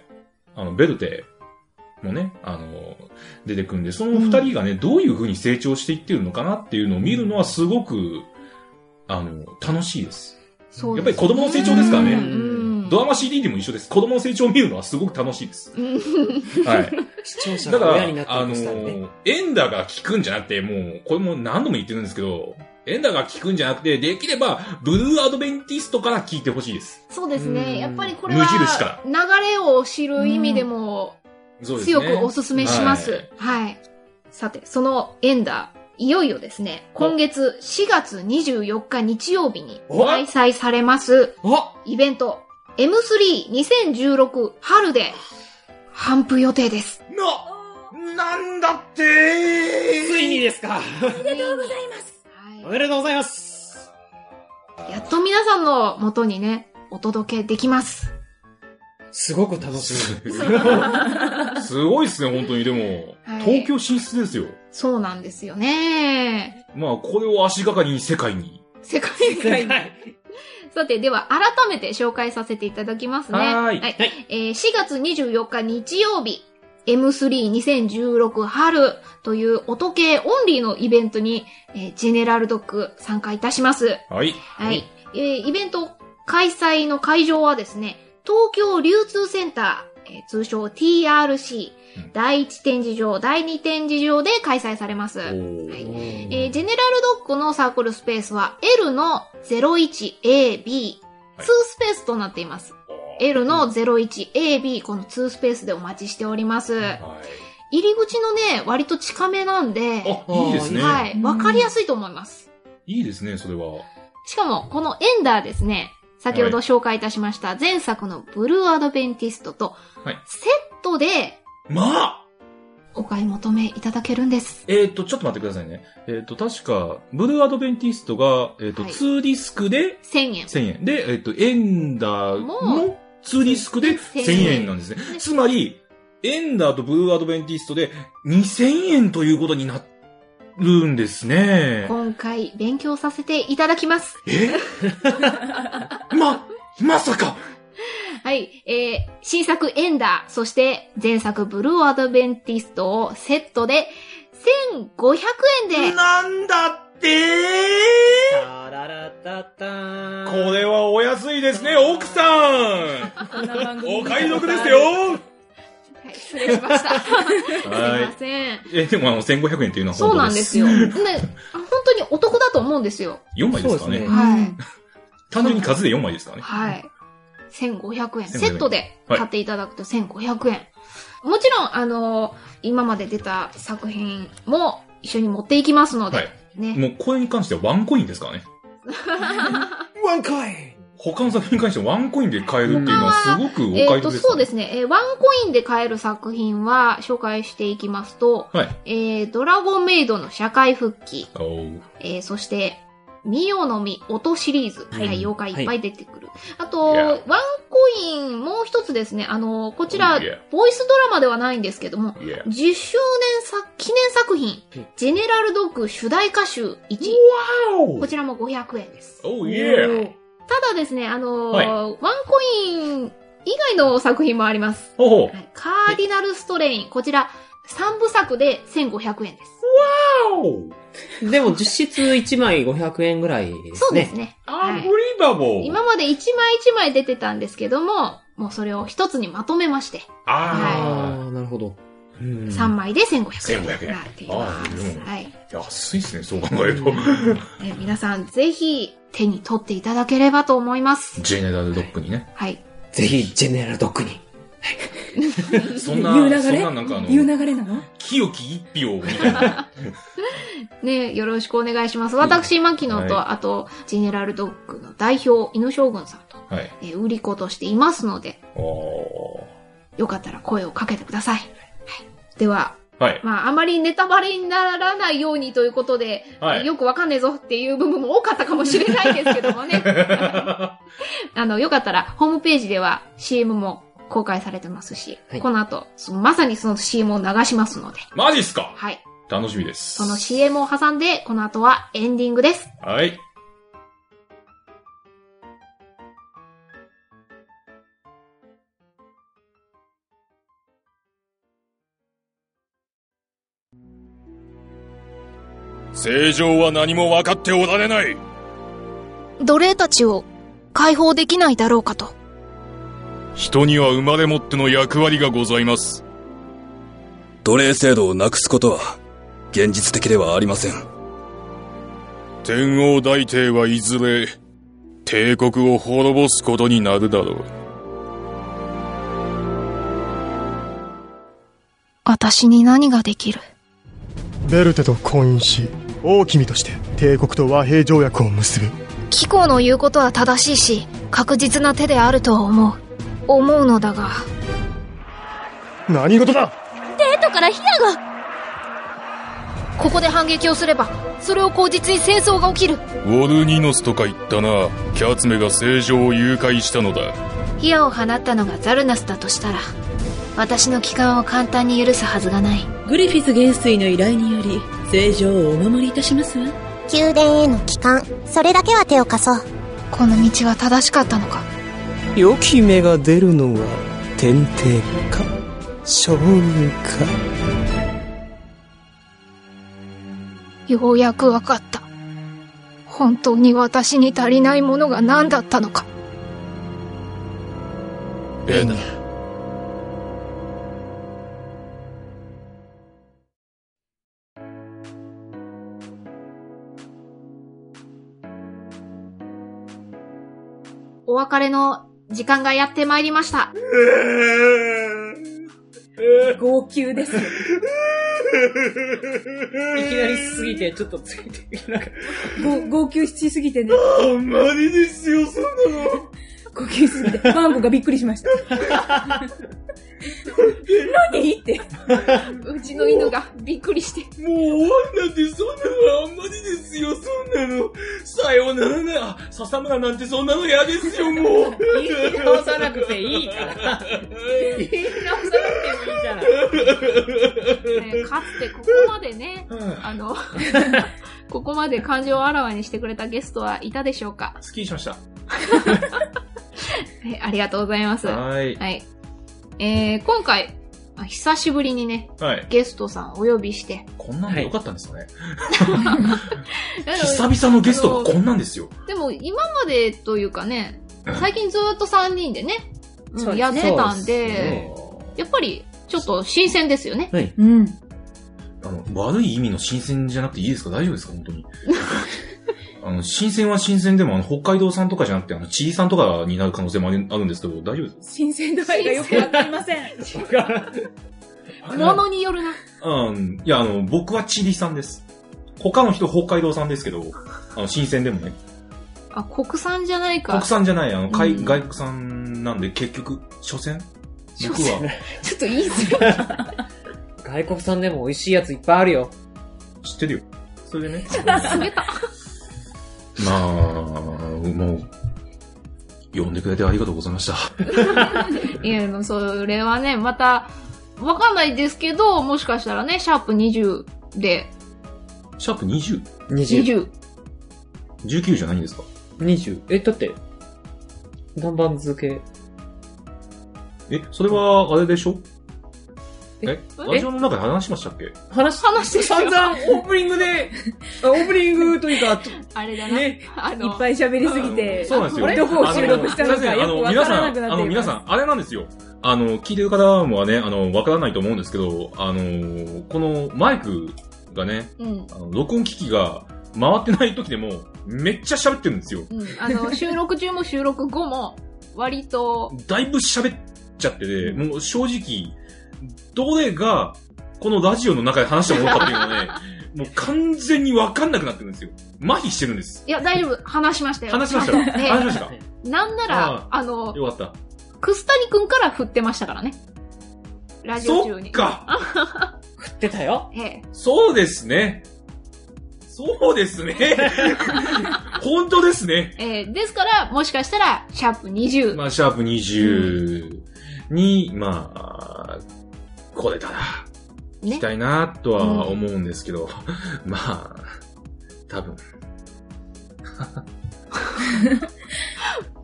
Speaker 7: あの、ベルテもね、あの、出てくるんで、その二人がね、どういう風に成長していってるのかなっていうのを見るのはすごく、あの、楽しいです。
Speaker 2: そう
Speaker 7: やっ
Speaker 2: です
Speaker 7: ぱり子供の成長ですから
Speaker 2: う
Speaker 7: ね。
Speaker 2: ん
Speaker 7: ドラマ CD でも一緒です。子供の成長を見るのはすごく楽し いです。はい。
Speaker 3: 視聴者
Speaker 7: だか
Speaker 3: が
Speaker 7: ら、
Speaker 3: 親になって
Speaker 7: あ
Speaker 3: い
Speaker 7: の
Speaker 3: くスタイルね。
Speaker 7: ー、エンダーが聞くんじゃなくて、もう、これも何度も言ってるんですけど、エンダーが聞くんじゃなくて、できれば、ブルーアドベンティストから聞いてほしいです。
Speaker 2: そうです
Speaker 3: うん
Speaker 2: ね。やっぱりこれ
Speaker 7: 無印か
Speaker 2: は、流れを知る意味でも、
Speaker 7: そうですね。
Speaker 2: 強くおすすめします。
Speaker 7: は
Speaker 2: はいい、さて、そのエンダー、いよいよですね、今月4月24日日曜日に
Speaker 3: お
Speaker 2: 開催されます
Speaker 3: あ
Speaker 2: イベント M32016 春で頒布予定です。
Speaker 7: な、なんだって
Speaker 3: つ いにですかお
Speaker 2: は
Speaker 3: めでとうございます
Speaker 2: い、やっと皆さんの元にね、お届けできます。
Speaker 3: すごく楽し
Speaker 7: すごいですね、本当に。でも、
Speaker 2: はい
Speaker 7: 東京進出ですよ。
Speaker 2: そうなんですよね。
Speaker 7: まあ、これを足がかりに世界に。
Speaker 2: 世界
Speaker 3: み。
Speaker 2: 世界さて、では改めて紹介させていただきますね。
Speaker 7: はーい
Speaker 2: はいえー4月24日日曜日、M32016 春という音系オンリーのイベントに、えージェネラルドッグ参加いたします。
Speaker 7: はい。
Speaker 2: はい。えーイベント開催の会場はですね、東京流通センター、えー通称 TRC
Speaker 7: うん、
Speaker 2: 第1展示場、第2展示場で開催されます。
Speaker 7: おー
Speaker 2: はいえージェネラルドッグのサークルスペースは L の 01AB、2
Speaker 7: はい
Speaker 2: スペースとなっています。 L の 01AB、この2スペースでお待ちしております。
Speaker 7: はい。
Speaker 2: 入り口のね、割と近めなんで、
Speaker 7: あ、いいですね。
Speaker 2: は
Speaker 4: う
Speaker 2: い、
Speaker 4: ん
Speaker 2: わかりやすいと思います。
Speaker 7: いいですね、それは。
Speaker 2: しかも、このエンダーですね、先ほど紹介いたしました前作のブルーアドベンティストと
Speaker 7: はい、
Speaker 2: セットで
Speaker 7: まあ
Speaker 2: お買い求めいただけるんです。
Speaker 7: えっ、と、ちょっと待ってくださいね。えっ、と、確か、ブルーアドベンティストが、えっ、と、
Speaker 2: はい
Speaker 7: 2ディスクで
Speaker 2: 1000円。
Speaker 7: 1000円。で、えっ、と、エンダー
Speaker 2: も
Speaker 7: も2ディスクで
Speaker 2: 1000
Speaker 7: 1000円なんですね。つまり、エンダーとブルーアドベンティストで2000円ということになるんですね。
Speaker 2: 今回勉強させていただきます。
Speaker 7: えま、まさか
Speaker 2: はい、えー、新作エンダー、そして前作ブルーアドベンティストをセットで1500円で、
Speaker 7: なんだって
Speaker 3: タララタターン
Speaker 7: これはお安いですね、奥さん
Speaker 4: こんな番組
Speaker 7: お買い得ですよ
Speaker 2: はい、失礼しま した。すいません。
Speaker 7: え、でもあの、1500円っていうのは
Speaker 2: そう
Speaker 7: 本当
Speaker 2: なん
Speaker 7: で。
Speaker 2: ですすよ。ね、あ本当にお得だと思うんですよ。
Speaker 7: 4枚ですか
Speaker 3: そうです
Speaker 7: ね
Speaker 3: ね。
Speaker 2: はい。
Speaker 7: 単純に数で4枚ですからね。
Speaker 2: はい。1500円。
Speaker 7: 1500円
Speaker 2: セットで買っていただくと1500円。もちろん、あの、今まで出た作品も一緒に持っていきますので、
Speaker 7: はい
Speaker 2: ね。
Speaker 7: もうこれに関してはワンコインですからね。
Speaker 3: ワンコイン
Speaker 7: 他の作品に関してはワンコインで買えるっていうのはすごくお
Speaker 2: えっ、
Speaker 7: 買い
Speaker 2: と、
Speaker 7: 得です、ね。
Speaker 2: そうですね、えーワンコインで買える作品は紹介していきますと、
Speaker 7: はい。
Speaker 2: えードラゴンメイドの社会復帰、
Speaker 7: おー
Speaker 2: えーそして、ミオの実音シリーズ。
Speaker 3: は
Speaker 2: はいい、妖怪いっぱい出てくる。あと、
Speaker 7: いや
Speaker 2: ワンコイン、もう一つですね、あの、こちら
Speaker 7: いや、
Speaker 2: ボイスドラマではないんですけども、
Speaker 7: いや。
Speaker 2: 10周年作、記念作品
Speaker 3: うん、
Speaker 2: ジェネラルドッグ主題歌集1。こちらも500円です。
Speaker 7: おーいや
Speaker 2: ただですね、あの、
Speaker 7: はい
Speaker 2: ワンコイン以外の作品もあります。
Speaker 7: ほうほう
Speaker 2: はいカーディナルストレイン、こちら3部作で1500円です。
Speaker 3: でも実質1枚500円ぐらいですね。
Speaker 2: そうですね。
Speaker 7: ア
Speaker 2: は
Speaker 7: ン
Speaker 2: い
Speaker 7: ブリバボー
Speaker 2: 今まで一枚一枚出てたんですけども、もうそれを一つにまとめまして、
Speaker 7: あ
Speaker 3: ああ、なるほど。うん
Speaker 2: 3枚で1500円にな
Speaker 7: 1500円
Speaker 2: っていま
Speaker 7: あー
Speaker 2: す。
Speaker 7: でも
Speaker 2: はい。
Speaker 7: ー、安いですね、そう考えると。
Speaker 2: え皆さん、ぜひ手に取っていただければと思います。
Speaker 7: ジェネラルドッグにね。
Speaker 2: はい。
Speaker 3: ぜひ、ジェネラルドッグに。
Speaker 7: そんな、
Speaker 4: 言う流れ
Speaker 7: そんななんかあの、
Speaker 4: 言う流れなの
Speaker 7: 清き一票みたいな。
Speaker 2: ね、よろしくお願いします。私、牧野と、
Speaker 7: は
Speaker 2: あと、ジェネラルドッグの代表、犬将軍さんと、
Speaker 7: はい。
Speaker 2: えー売り子としていますので、
Speaker 7: お
Speaker 2: よかったら声をかけてください。はい。では、
Speaker 7: ーはい。
Speaker 2: まあ、あまりネタバレにならないようにということで、
Speaker 7: はい
Speaker 2: よくわかんねえぞっていう部分も多かったかもしれないですけどもね。あの、よかったら、ホームページでは CM も公開されてますし、
Speaker 3: はい
Speaker 2: この後、そのまさにその CM を流しますので、
Speaker 7: マジっすか
Speaker 2: はい。
Speaker 7: 楽しみです。
Speaker 2: その CM を挟んで、この後はエンディングです。
Speaker 7: はい。
Speaker 6: 正常は何も分かっておられない
Speaker 9: 奴隷たちを解放できないだろうかと。
Speaker 6: 人には生まれ持っての役割がございます
Speaker 10: 奴隷制度をなくすことは現実的ではありません。
Speaker 6: 天王大帝はいずれ帝国を滅ぼすことになるだろう
Speaker 9: 私に何ができる
Speaker 11: ベルテと婚姻し王君として帝国と和平条約を結ぶ
Speaker 9: 貴公の言うことは正しいし、確実な手であるとは思う。思うのだが。
Speaker 11: 何事だ
Speaker 9: テントからヒナがここで反撃をすれば、それを口実に戦争が起きる。
Speaker 6: ウォルニノスとか言ったなキャツメが正常を誘拐したのだ
Speaker 9: ヒヤを放ったのがザルナスだとしたら、私の帰還を簡単に許すはずがない。
Speaker 12: グリフィス元帥の依頼により正常をお守りいたしますわ
Speaker 1: 宮殿への帰還、それだけは手を貸そう。
Speaker 9: この道は正しかったのか。
Speaker 13: 良き芽が出るのは天帝か将軍か
Speaker 9: ようやくわかった。本当に私に足りないものが何だったのか。
Speaker 6: エナ
Speaker 2: お別れの時間がやってまいりました。
Speaker 4: 号泣です。
Speaker 3: いきなりすぎて、ちょっとついていけなかっ
Speaker 4: ご号泣しすぎてね。
Speaker 3: あんまりですよ、そんなの。
Speaker 4: 号泣しすぎて。マンゴーがびっくりしました。何って。
Speaker 2: うちの犬がびっくりして。
Speaker 6: もう終わんなんてそんなのあんまりですよ、そんなの。さようならな、笹村なんてそんなの嫌ですよ、もう。
Speaker 3: 言い直さなくていいから。言い直さなくてもいいじゃない。
Speaker 2: ねかつてここまでね、あの、 ここまで感情をあらわにしてくれたゲストはいたでしょうか
Speaker 7: スッキリしました。
Speaker 2: はいありがとうございます。
Speaker 7: はーい
Speaker 2: はい。えー、今回、あ久しぶりにね、
Speaker 7: はい。
Speaker 2: ゲストさんお呼びして。
Speaker 7: こんなの良かったんですかね。
Speaker 2: あの
Speaker 7: 久々のゲストがこんなんですよ。
Speaker 2: でも今までというかね、最近ずーっと3人でね、うん
Speaker 4: そうですね
Speaker 2: やってたんで、
Speaker 7: そうですね
Speaker 2: やっぱりちょっと新鮮ですよね。
Speaker 7: はい。
Speaker 4: うん。
Speaker 7: あの、悪い意味の新鮮じゃなくていいですか大丈夫ですか本当 に。あの、新鮮は新鮮でも、あの、北海道産とかじゃなくて、あの、チリ産とかになる可能性もありあるんですけど、大丈夫です
Speaker 4: 新鮮度合いがよくわかりません。
Speaker 2: ものによるな。
Speaker 7: うん。いや、あの、僕はチリ産です。他の人北海道産ですけど、あの、新鮮でもね。
Speaker 2: あ、国産じゃないか。
Speaker 7: 国産じゃない、あの、海
Speaker 2: うん
Speaker 7: 外国産なんで、結局、所詮僕
Speaker 2: 所詮
Speaker 7: は、
Speaker 2: ちょっといいですよ。
Speaker 3: 外国産でも美味しいやついっぱいあるよ。
Speaker 7: 知ってるよ。それでね。
Speaker 2: 冷た。
Speaker 7: まあ、もう、呼んでくれてありがとうございました。
Speaker 2: いや、もうそれはね、また、わかんないですけど、もしかしたらね、シャープ20で、
Speaker 7: シャープ 20?。
Speaker 2: 20。
Speaker 7: 19じゃないんですか
Speaker 3: 20。え、だって、南蛮漬け。
Speaker 7: え、それは、あれでしょえ、
Speaker 3: え
Speaker 7: ラジオの中で話しましたっけ
Speaker 3: 話、話
Speaker 2: して
Speaker 3: 散々オープニング で、あオープニングというか、
Speaker 2: あれだな。
Speaker 3: ね
Speaker 2: あ
Speaker 4: いっぱい喋りすぎて、
Speaker 7: そうなんです
Speaker 4: ど
Speaker 7: よ。
Speaker 4: こを収録したのか
Speaker 7: あ
Speaker 4: よく
Speaker 7: の
Speaker 4: わ
Speaker 7: 皆
Speaker 4: か
Speaker 7: さ
Speaker 4: らなく
Speaker 7: ん、
Speaker 4: な
Speaker 7: あ
Speaker 4: ってい
Speaker 7: の、
Speaker 4: ま
Speaker 7: 皆
Speaker 4: す。
Speaker 7: さん、あれなんですよ。あの、聞いてる方もはね、あの、わからないと思うんですけど、あの、このマイクがね、
Speaker 2: うん。
Speaker 7: あの録音機器が回ってない時でも、めっちゃ喋ってるんですよ。
Speaker 2: うん。あ の、収録中も収録後も、割と、
Speaker 7: だいぶ喋っちゃってて、もう正直、どれが、このラジオの中で話したものかっていうの はね、もう完全にわかんなくなってるんですよ。麻痺してるんです。
Speaker 2: いや、大丈夫、話しましたよ。
Speaker 7: 話しました よ。
Speaker 2: ね
Speaker 7: 話しましたか
Speaker 2: なんなら、あ
Speaker 7: あ
Speaker 2: の、
Speaker 7: よかっ
Speaker 2: 楠谷くんから振ってましたからね。ラ
Speaker 7: た。
Speaker 2: ジオ
Speaker 7: そ
Speaker 2: 中
Speaker 7: っ
Speaker 2: に。
Speaker 7: か
Speaker 3: 食ってたよ。
Speaker 2: ええ。
Speaker 7: そうですねそうで すね本当ですね
Speaker 2: ええ、ですから、もしかしたら、シャープ20。
Speaker 7: まあ、シャープ20に、まあ、これたら、
Speaker 2: ね
Speaker 7: 行きたいなとは思うんですけど、 まあ、多分。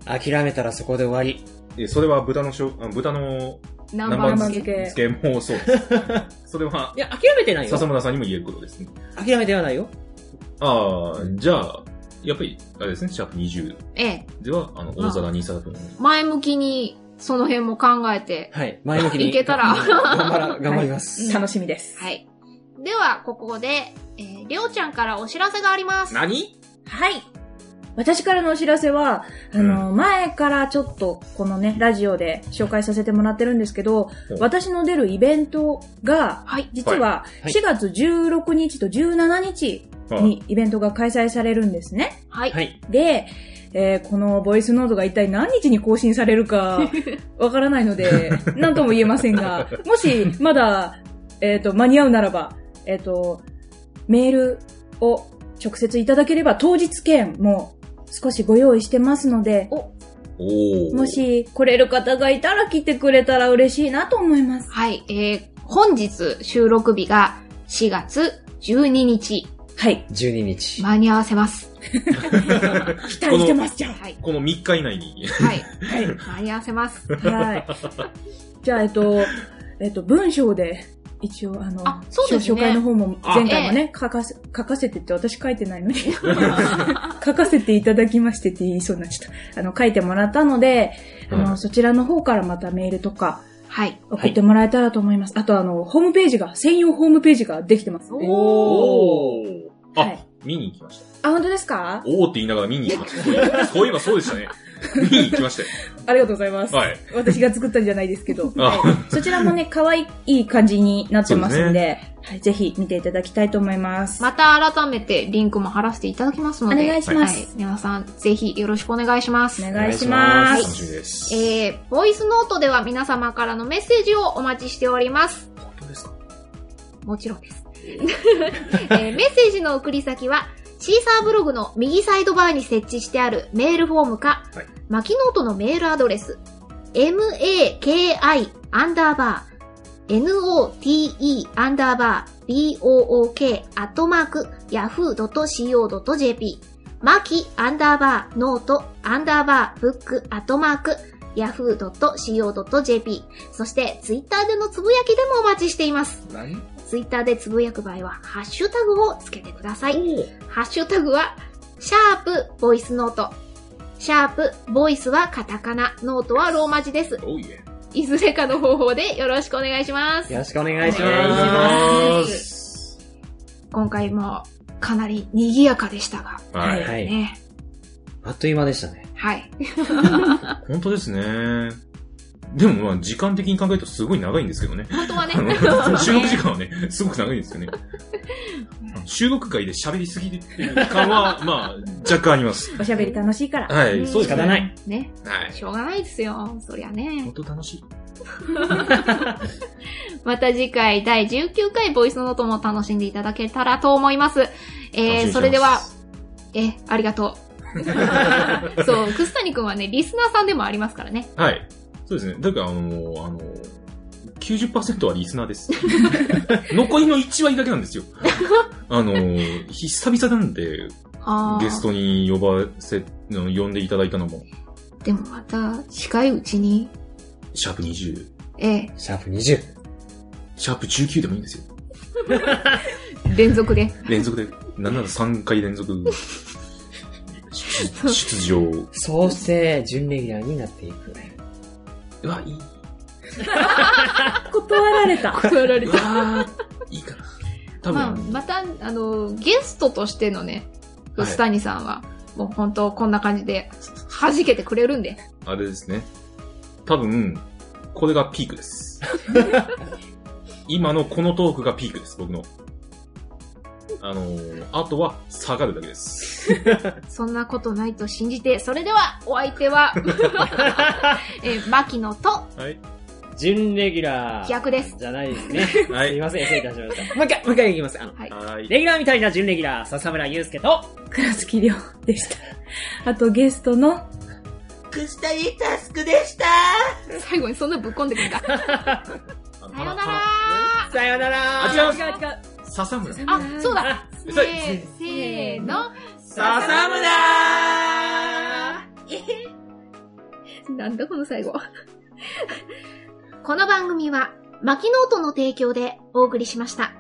Speaker 3: 諦めたらそこで終わり。
Speaker 7: えそれは豚のしょ、あ豚の
Speaker 2: 南
Speaker 3: 蛮
Speaker 2: 漬け
Speaker 7: 南蛮漬けもそうです。それは、
Speaker 3: いや、諦めてないよ。
Speaker 7: 笹村さんにも言えることですね。
Speaker 3: 諦めてはないよ。
Speaker 7: ああ、じゃあ、やっぱり、あれですね、シャープ20
Speaker 2: ええ。
Speaker 7: では、あの、
Speaker 2: まあ
Speaker 7: 大皿に皿分。
Speaker 2: 前向きに、その辺も考えて、
Speaker 3: はい。前向きに。
Speaker 2: いけたら
Speaker 3: 頑張ら、頑張ります。
Speaker 4: 楽しみです。
Speaker 2: はい。では、ここで、えー、りょうちゃんからお知らせがあります。
Speaker 7: 何
Speaker 4: はい。私からのお知らせは、あの、前からちょっと、このね、ラジオで紹介させてもらってるんですけど、私の出るイベントが、実は、
Speaker 2: はい
Speaker 4: 4月16日と17日にイベントが開催されるんですね。
Speaker 2: はい。
Speaker 3: はい。
Speaker 4: で、えーこのボイスノードが一体何日に更新され るか、わからないので、何とも言えませんが、もし、まだ、えっ、と、間に合うならば、えっ、と、メールを直接いただければ、当日券も少しご用意してますので、
Speaker 7: おー
Speaker 4: も し来れる方がいたら来てくれたら嬉しいなと思います。
Speaker 2: はい。えー、本日収録日が4月12日。
Speaker 4: はい。
Speaker 3: 12日。
Speaker 2: 間に合わせます。
Speaker 4: 期
Speaker 7: 待してます
Speaker 4: じゃん。
Speaker 2: はい。
Speaker 7: この3日以内に。
Speaker 2: はい。間に合わせます。
Speaker 4: はい。じゃあ、えっと、えっと、文章で、一応、あの、
Speaker 2: そうですね
Speaker 4: 紹介の方も前回も
Speaker 2: あ
Speaker 4: ね、書かせ、書かせてって私書いてないのに、 書かせていただきましてって言いそうになっちゃった。あの、書いてもらったので、あの、
Speaker 2: はい
Speaker 4: そちらの方からまたメールとか、
Speaker 2: はい。
Speaker 4: 送ってもらえたらと思います。あと、あの、ホームページが、専用ホームページができてます。
Speaker 7: おーあ、
Speaker 4: はい
Speaker 7: 見に行きました。
Speaker 4: あ、本当ですか
Speaker 7: おーって言いながら見に行きました。そういえばそういえばそうでしたね。に行きましたよ。
Speaker 4: ありがとうございます。
Speaker 7: はい
Speaker 4: 私が作ったんじゃないですけど。
Speaker 7: あ
Speaker 4: はいそちらも ね、可愛い感じになってますん
Speaker 7: そ
Speaker 4: で、
Speaker 7: うで
Speaker 4: はい、ぜひ見ていただきたいと思います。
Speaker 2: また改めてリンクも貼らせていただきますので、
Speaker 4: お願いします
Speaker 2: はい皆さん、ぜひよろしくお願いします。
Speaker 4: お願いしますお願いします楽しみ
Speaker 7: です
Speaker 2: えー、ボイスノートでは皆様からのメッセージをお待ちしております。本当ですかもちろんです。えーメッセージの送り先は、シーサーブログの右サイドバーに設置してあるメールフォームか、マキノートのメールアドレス、maki アンダーバー、note アンダーバー、book アットマーク、yahoo.co.jp、マキアンダーバー、ノートアンダーバー、ブックアットマーク、yahoo.co.jp、そしてツイッターでのつぶやきでもお待ちしています。ツイッターでつぶやく場合は、ハッシュタグをつけてください。ハッシュタグは、シャープボイスノート。シャープボイスはカタカナ、ノートはローマ字です。いずれかの方法でよろしくお願いします。
Speaker 3: よろしくお願いし
Speaker 2: お願
Speaker 3: ま。
Speaker 2: いします今回もかなり賑やかでしたが、
Speaker 7: はい
Speaker 2: ね。
Speaker 3: あっという間でしたね。
Speaker 2: はい。
Speaker 7: 本当ですね。でもまあ、時間的に考えるとすごい長いんですけどね。
Speaker 2: 本当はね
Speaker 7: あの収録時間はね、すごく長いんですよね。収録会で喋りすぎっていう感は、まあ、若干あります。
Speaker 4: おしゃべり楽しいから。
Speaker 7: はいそうですね仕方ない。
Speaker 2: ね。
Speaker 7: はい
Speaker 2: しょうがないですよ。そりゃね。
Speaker 7: 本当楽しい。
Speaker 2: また次回第19回ボイスノートも楽しんでいただけたらと思います。えー、それでは、え、ありがと う。そう、くすたにくんはね、リスナーさんでもありますからね。
Speaker 7: はい。そうですね。だから、あのー、あのー、90%はリスナ ーです。残りの1割だけなんですよ。あのー、久々なんで、
Speaker 2: あー
Speaker 7: ゲストに呼ばせ、の呼んでいただいたのも、
Speaker 2: でもまた、近いうちに、
Speaker 7: シャープ20、
Speaker 2: ええ、
Speaker 7: シャープ20、シャープ19でもいいんですよ。
Speaker 2: 連続で。
Speaker 7: 連続で、なんなら3回連続、出出場。
Speaker 3: そうして、準レギュラーになっていく。
Speaker 7: うわ、いい。
Speaker 4: 断られた。
Speaker 2: 断られた。
Speaker 7: いいかな。 多分、
Speaker 2: まあ、また、あの、ゲストとしてのね、
Speaker 7: はい
Speaker 2: スタニさんは、もう本当こんな感じで、弾けてくれるんで。
Speaker 7: あれですね。多分、これがピークです。今のこのトークがピークです、僕の。あのー、あとは下がるだけです。
Speaker 2: そんなことないと信じて、それでは、お相手 は、えー、牧野と、
Speaker 7: はい。
Speaker 3: 準レギュラー。
Speaker 2: 飛躍です
Speaker 3: じゃないですね。
Speaker 7: はい。
Speaker 3: すいません、失礼いたしました。 もう一回、もう一回いきます。あの、
Speaker 7: はい。
Speaker 3: レギュラーみたいな準レギュラー、笹村祐介と、
Speaker 4: 倉月亮でした。あとゲストの、
Speaker 8: くしたにタスクでした
Speaker 2: 最後にそんなぶっこんでくれた。
Speaker 7: さよ
Speaker 2: ならさよなら
Speaker 7: あ違います
Speaker 4: 違う。
Speaker 7: 笹村。
Speaker 2: あ、そうだせ
Speaker 7: えそれ
Speaker 2: ーせーの、
Speaker 8: 笹
Speaker 2: 村なんだこの最後。この番組は、マキノートの提供でお送りしました。